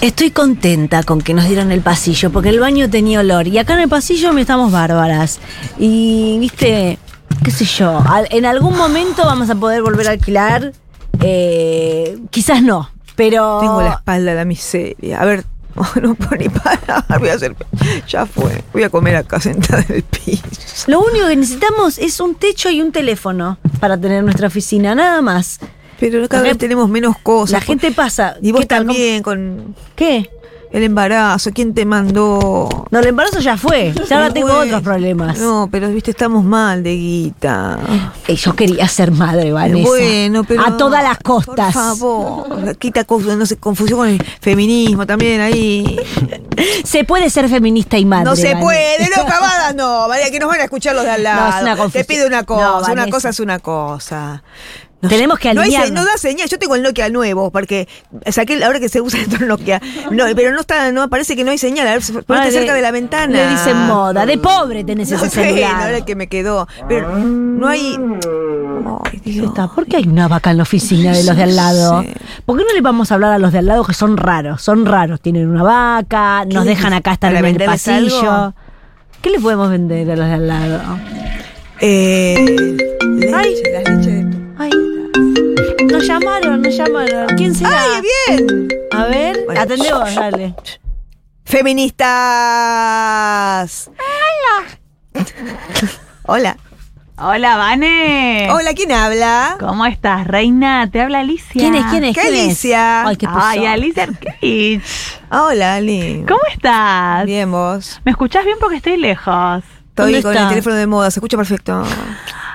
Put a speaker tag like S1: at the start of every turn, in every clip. S1: Estoy contenta con que nos dieron el pasillo, porque el baño tenía olor. Y acá en el pasillo me estamos bárbaras. Y, viste, qué sé yo, al- en algún momento vamos a poder volver a alquilar. eh, quizás no, pero...
S2: Tengo la espalda de la miseria. A ver, no puedo ni parar. Voy a hacer. Ya fue. Voy a comer acá sentada en el piso.
S1: Lo único que necesitamos es un techo y un teléfono para tener nuestra oficina, nada más.
S2: Pero cada
S1: La
S2: vez
S1: gente-
S2: tenemos menos cosas.
S1: la gente pasa,
S2: Y vos
S1: ¿qué tal?
S2: también con
S1: ¿Qué?
S2: el embarazo. ¿Quién te mandó?
S1: No, el embarazo ya fue. Ya ahora
S2: No
S1: tengo
S2: fue.
S1: otros problemas.
S2: No, pero viste, estamos mal de guita.
S1: Eh, Yo quería ser madre, Vanessa.
S2: Bueno, pero.
S1: A todas las costas.
S2: Por favor. Quita conf- no sé, confusión con el feminismo también ahí.
S1: Se puede ser feminista y madre.
S2: no se
S1: Vane.
S2: puede, no, pavada no. María, que nos van a escuchar los de al lado.
S1: No, es una
S2: Te
S1: confusión.
S2: pido una
S1: No,
S2: cosa, una
S1: Vanessa.
S2: cosa es una cosa.
S1: Tenemos que
S2: No, hay se-
S1: alinearnos.
S2: no da señal, yo tengo el Nokia nuevo, porque saqué el- ahora que se usa el Nokia. No, pero no está, no parece que no hay señal. A ver, ponete
S1: Ahora le-
S2: cerca de la ventana.
S1: Le dicen moda. De pobre tenés
S2: No
S1: ese
S2: sé,
S1: celular.
S2: ahora que me quedó. Pero no hay. Ay,
S1: Ya
S2: Dios.
S1: está. ¿Por qué hay una vaca en la oficina de los de al lado?
S2: Sí.
S1: ¿Por qué no le vamos a hablar a los de al lado que son raros? Son raros, tienen una vaca, nos
S2: les-
S1: dejan acá estar
S2: para
S1: en el
S2: venderles
S1: pasillo.
S2: algo?
S1: ¿Qué le podemos vender a los de al lado?
S2: Eh,
S1: Ay.
S2: leche, las leches de tu-
S1: Ay, nos llamaron, nos llamaron. ¿Quién será?
S2: ¡Ay, bien!
S1: A ver,
S2: Bueno.
S1: atendé vos, dale.
S2: ¡Feministas! Hola.
S3: Hola,
S1: Eh.
S3: Vane.
S2: Hola, ¿quién habla?
S3: ¿Cómo estás, reina? Te habla Alicia.
S1: ¿Quién es? ¿Quién es?
S2: ¿Qué
S1: ¿Quién es?
S2: Alicia?
S1: Ay, qué pesó.
S3: Ay, Alicia Arcovich.
S2: Ah, Hola, Ali.
S3: ¿Cómo estás?
S2: Bien, vos.
S3: ¿Me escuchás bien porque estoy lejos?
S1: ¿Dónde
S2: Estoy con el
S1: está?
S2: teléfono de moda, se escucha perfecto.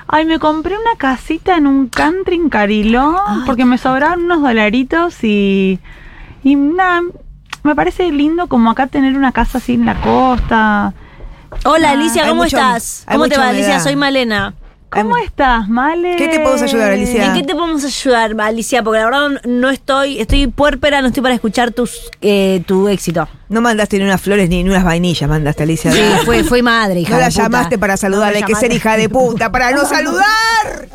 S3: Ay, me compré una casita en un country en Cariló porque me sobraron unos dolaritos y. Y nada, me parece lindo como acá tener una casa así en la costa.
S1: Hola Alicia,
S2: Ah, Hay
S1: ¿cómo
S2: mucho-
S1: estás?
S2: hay
S1: ¿Cómo te
S2: mucha
S1: va Alicia?
S2: humedad.
S1: Soy Malena. Em,
S3: ¿Cómo
S2: Ay,
S3: estás, Male?
S2: ¿Qué te podemos ayudar, Alicia?
S1: ¿En qué te podemos ayudar, Alicia? Porque la verdad no estoy, estoy puérpera, no estoy para escuchar tus, eh, tu éxito.
S2: No mandaste ni unas flores ni ni unas vainillas, mandaste, Alicia. Ah,
S1: Sí, fue, fue madre, hija.
S2: No la
S1: de puta.
S2: llamaste para saludar,
S1: No
S2: hay
S1: me
S2: que ser
S1: llamaste.
S2: hija de puta para no saludar.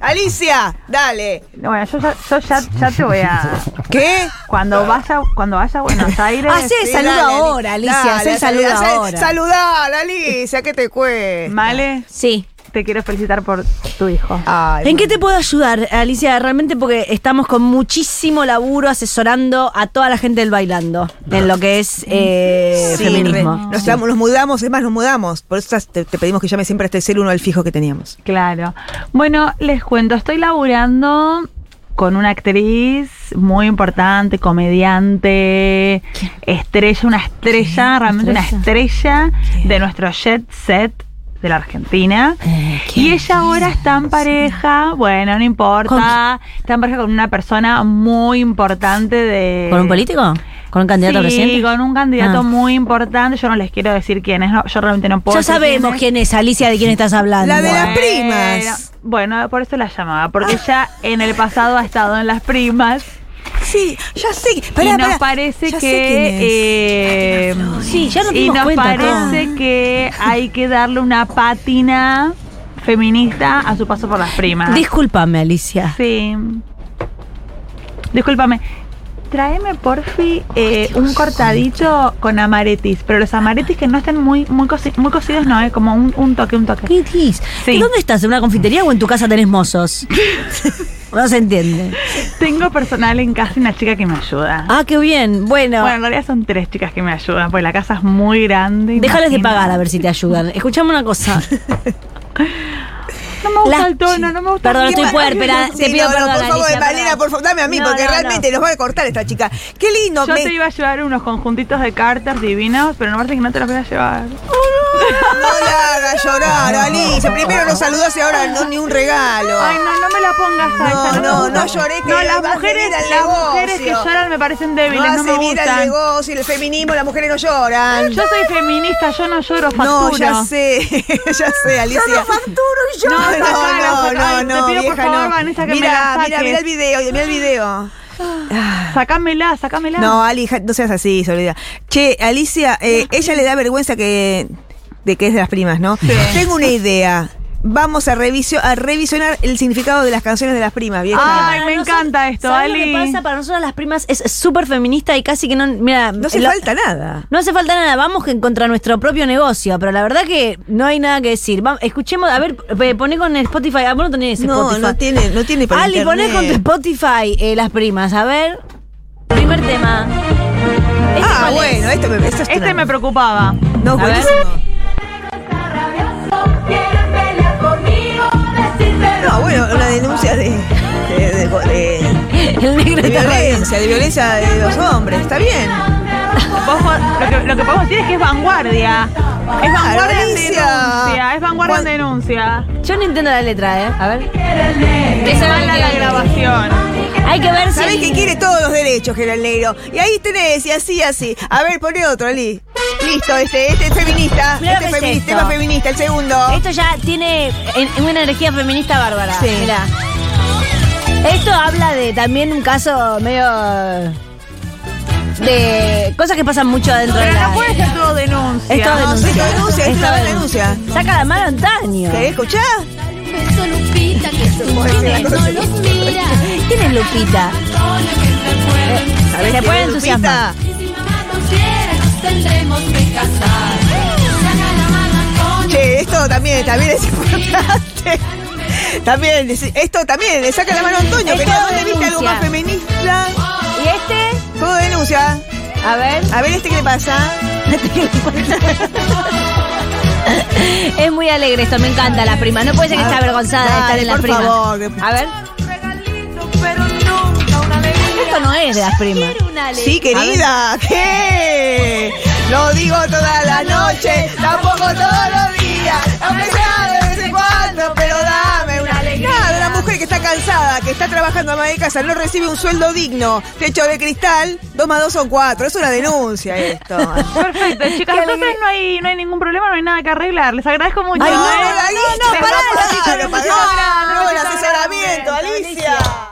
S2: Alicia, dale.
S3: Bueno, yo ya, yo ya, ya te voy a.
S2: ¿Qué?
S3: Cuando vaya, cuando vaya a Buenos Aires.
S1: Ah, sí,
S2: Sí,
S1: saluda
S2: dale, Ali-
S1: ahora, Alicia,
S2: dale,
S1: hacé el
S2: saluda-
S1: saludo
S2: hacé-
S1: ahora.
S2: Saludar, Alicia, ¿qué te cuesta?
S3: Male,
S1: Sí.
S3: te quiero felicitar por tu hijo.
S2: Ay,
S1: ¿En qué te puedo ayudar, Alicia? Realmente porque estamos con muchísimo laburo asesorando a toda la gente del bailando en lo que es eh,
S2: sí,
S1: feminismo.
S2: re- nos, estamos- nos mudamos, es más, nos mudamos. Por eso te, te pedimos que llames siempre a este cel uno al fijo que teníamos.
S3: Claro. Bueno, les cuento, estoy laburando con una actriz muy importante, comediante, estrella, una estrella, realmente una estrella de nuestro jet set de la Argentina.
S1: Eh,
S3: Y ella ahora está en pareja, bueno, no importa, está en pareja con una persona muy importante de...
S1: ¿Con un político? ¿Con un candidato
S3: sí,
S1: reciente?
S3: con un candidato
S1: Ah.
S3: muy importante. Yo no les quiero decir quién es, no, yo realmente no puedo
S1: Ya
S3: decir
S1: sabemos
S3: es.
S1: quién es, Alicia, de Ah. quién estás hablando.
S2: La de la-
S3: Bueno,
S2: primas.
S3: Bueno, por eso la llamaba, porque ella en el pasado ha estado en las primas
S2: Sí, ya sé.
S3: y nos parece que eh,
S1: Sí, ya nos
S3: y
S1: dimos
S3: nos
S1: cuenta,
S3: parece que hay que darle una pátina feminista a su paso por las primas.
S1: Discúlpame, Alicia.
S3: sí. Discúlpame. Tráeme, porfi, eh, un cortadito con amaretis, pero los amaretis que no estén muy muy, coci- muy cocidos, no, eh, como un, un toque, un toque.
S1: ¿Qué dices?
S3: Sí.
S1: ¿Y dónde estás? ¿En una confitería o en tu casa tenés mozos? no se entiende.
S3: Tengo personal en casa y una chica que me ayuda.
S1: Ah, qué bien. Bueno,
S3: Bueno, en realidad son tres chicas que me ayudan, porque la casa es muy grande.
S1: déjales de
S3: imagínate.
S1: pagar a ver si te ayudan. Escuchame una cosa.
S3: No me gusta
S1: Las
S3: el tono, no me gusta
S1: Perdón,
S3: el
S1: estoy
S3: tono.
S1: puérpera. Te pido
S2: no, no,
S1: perdón,
S2: por favor,
S1: Alicia,
S2: Malena,
S1: perdón.
S2: por favor, dame a mí,
S1: No,
S2: porque
S1: no, no.
S2: realmente nos va a cortar esta chica. Qué lindo.
S3: Yo
S2: me-
S3: te iba a llevar unos conjuntitos de cartas divinos, pero no parece que no te los voy a llevar.
S2: No la hagas llorar, Alicia. Primero nos saludas y ahora no ni un regalo.
S3: Ay, no, no me la pongas a
S2: No,
S3: esa. me
S2: no,
S3: gusta.
S2: no lloré, que
S3: No, las
S2: vas a
S3: mujeres,
S2: venir al
S3: las mujeres que
S2: negocio.
S3: lloran me parecen
S2: No
S3: débiles, no,
S2: hace
S3: me
S2: vida el
S3: gustan.
S2: negocio, el feminismo, las mujeres no lloran.
S3: Yo soy feminista, yo no lloro, facturo.
S2: No, ya sé, ya sé, Alicia.
S1: y
S3: No,
S2: No,
S3: sacala,
S2: no,
S3: sacala.
S2: no,
S3: Te
S2: no,
S3: pido, por
S2: vieja,
S3: favor,
S2: no.
S3: Vanessa, que me
S2: mira,
S3: la
S2: mira,
S3: saques.
S2: mira el video, mira el video.
S3: Sacámela, sacámela.
S2: No, Ali, ja- no seas así, Soledad. Che, Alicia, eh, ella le da vergüenza que de que es de las primas, ¿no? Tengo una idea. Vamos a, revisio- a revisionar el significado de las canciones de las primas, vieja.
S3: Ay, me encanta esto,
S1: Lo que
S3: Ali.
S1: pasa? Para nosotras las primas es súper feminista y casi que no. Mira,
S2: no se
S1: lo-
S2: falta nada.
S1: No hace falta nada, vamos que contra nuestro propio negocio, pero la verdad que no hay nada que decir. Va- escuchemos, a ver, p- poné con Spotify, ah, vos no tenés
S2: No,
S1: Spotify.
S2: no tiene- no tiene para
S1: Ali, poné con tu
S2: internet.
S1: Spotify eh, las primas, a ver. Primer tema. ¿Este
S2: Ah,
S1: cuál es?
S2: bueno, esto me, esto es
S3: Este
S2: una-
S3: me preocupaba.
S2: No,
S1: A ver.
S2: buenísimo.
S4: Quieren pelear conmigo, decirme
S2: No, bueno, una denuncia de, de, de- de-
S1: El negro
S2: de
S1: está
S2: violencia, de violencia de los hombres, está bien.
S3: Vos po- lo, que, lo que podemos decir es que es vanguardia. Es vanguardia en
S2: Alicia.
S3: denuncia. Es vanguardia en
S2: Cuan-
S3: denuncia.
S1: Yo no entiendo la letra, ¿eh? A ver.
S3: Es mala la grabación.
S1: Hay que ver si.
S2: Sabés que quiere todos los derechos, Gerald Negro. Y ahí tenés, y así, así. A ver, poné otro, Ali. Listo, este, este es feminista.
S1: Mirá
S2: este
S1: lo
S2: es
S1: que es
S2: feminista,
S1: esto.
S2: tema feminista, el segundo.
S1: Esto ya tiene en- una energía feminista bárbara.
S2: Sí.
S1: Mirá. Esto habla de también un caso medio. de cosas que pasan mucho adentro de
S3: Pero
S1: la.
S3: no puede ser todo denuncia.
S1: Es todo
S2: No,
S1: denuncia.
S2: sí, todo denuncia, esto
S1: Es
S2: es una
S1: todo
S2: buena denuncia.
S1: Saca la mano antaño.
S2: ¿Querés escuchar?
S4: Beso Lupita que se
S2: Bueno,
S4: mueve,
S2: una
S4: no
S2: cosa-
S4: los mira
S1: ¿Quién es Lupita?
S2: A ver,
S1: Se puede
S2: Lupita.
S1: entusiasmar.
S4: Y si mamá nos quiere nos tendremos que casar Saca la mano con
S2: Che, esto también, también es importante. También, es- esto también, le saca la mano a Antonio,
S1: Es
S2: pero
S1: todo
S2: ¿dónde viste algo
S1: denuncia.
S2: más feminista?
S1: ¿Y este?
S2: Todo denuncia.
S1: A ver.
S2: A ver, este qué le pasa.
S1: Es muy alegre esto, me encanta la prima. No puede ser que esté avergonzada de estar
S2: Ah, Dale,
S1: en la
S2: por
S1: prima.
S2: favor.
S1: A ver. Esto no es de las primas.
S2: Sí, querida, ¿qué? Lo digo toda la noche, tampoco todos los días, aunque sea de vez en cuando, pero dame una alegría. Nada, una mujer que está cansada, que está trabajando ama de casa, no recibe un sueldo digno, techo de cristal, dos más dos son cuatro, es una denuncia esto.
S3: Perfecto, chicas. Entonces no hay, no hay ningún problema, no hay nada que arreglar. Les agradezco mucho.
S2: Ay, no,
S3: ¿eh?
S2: no, Alicia, pará,
S3: Les mando
S2: pará,
S3: besitos,
S2: no,
S3: besitos
S2: pará,
S3: grandes,
S2: no, el
S3: besitos
S2: asesoramiento,
S3: grandes.
S2: Alicia.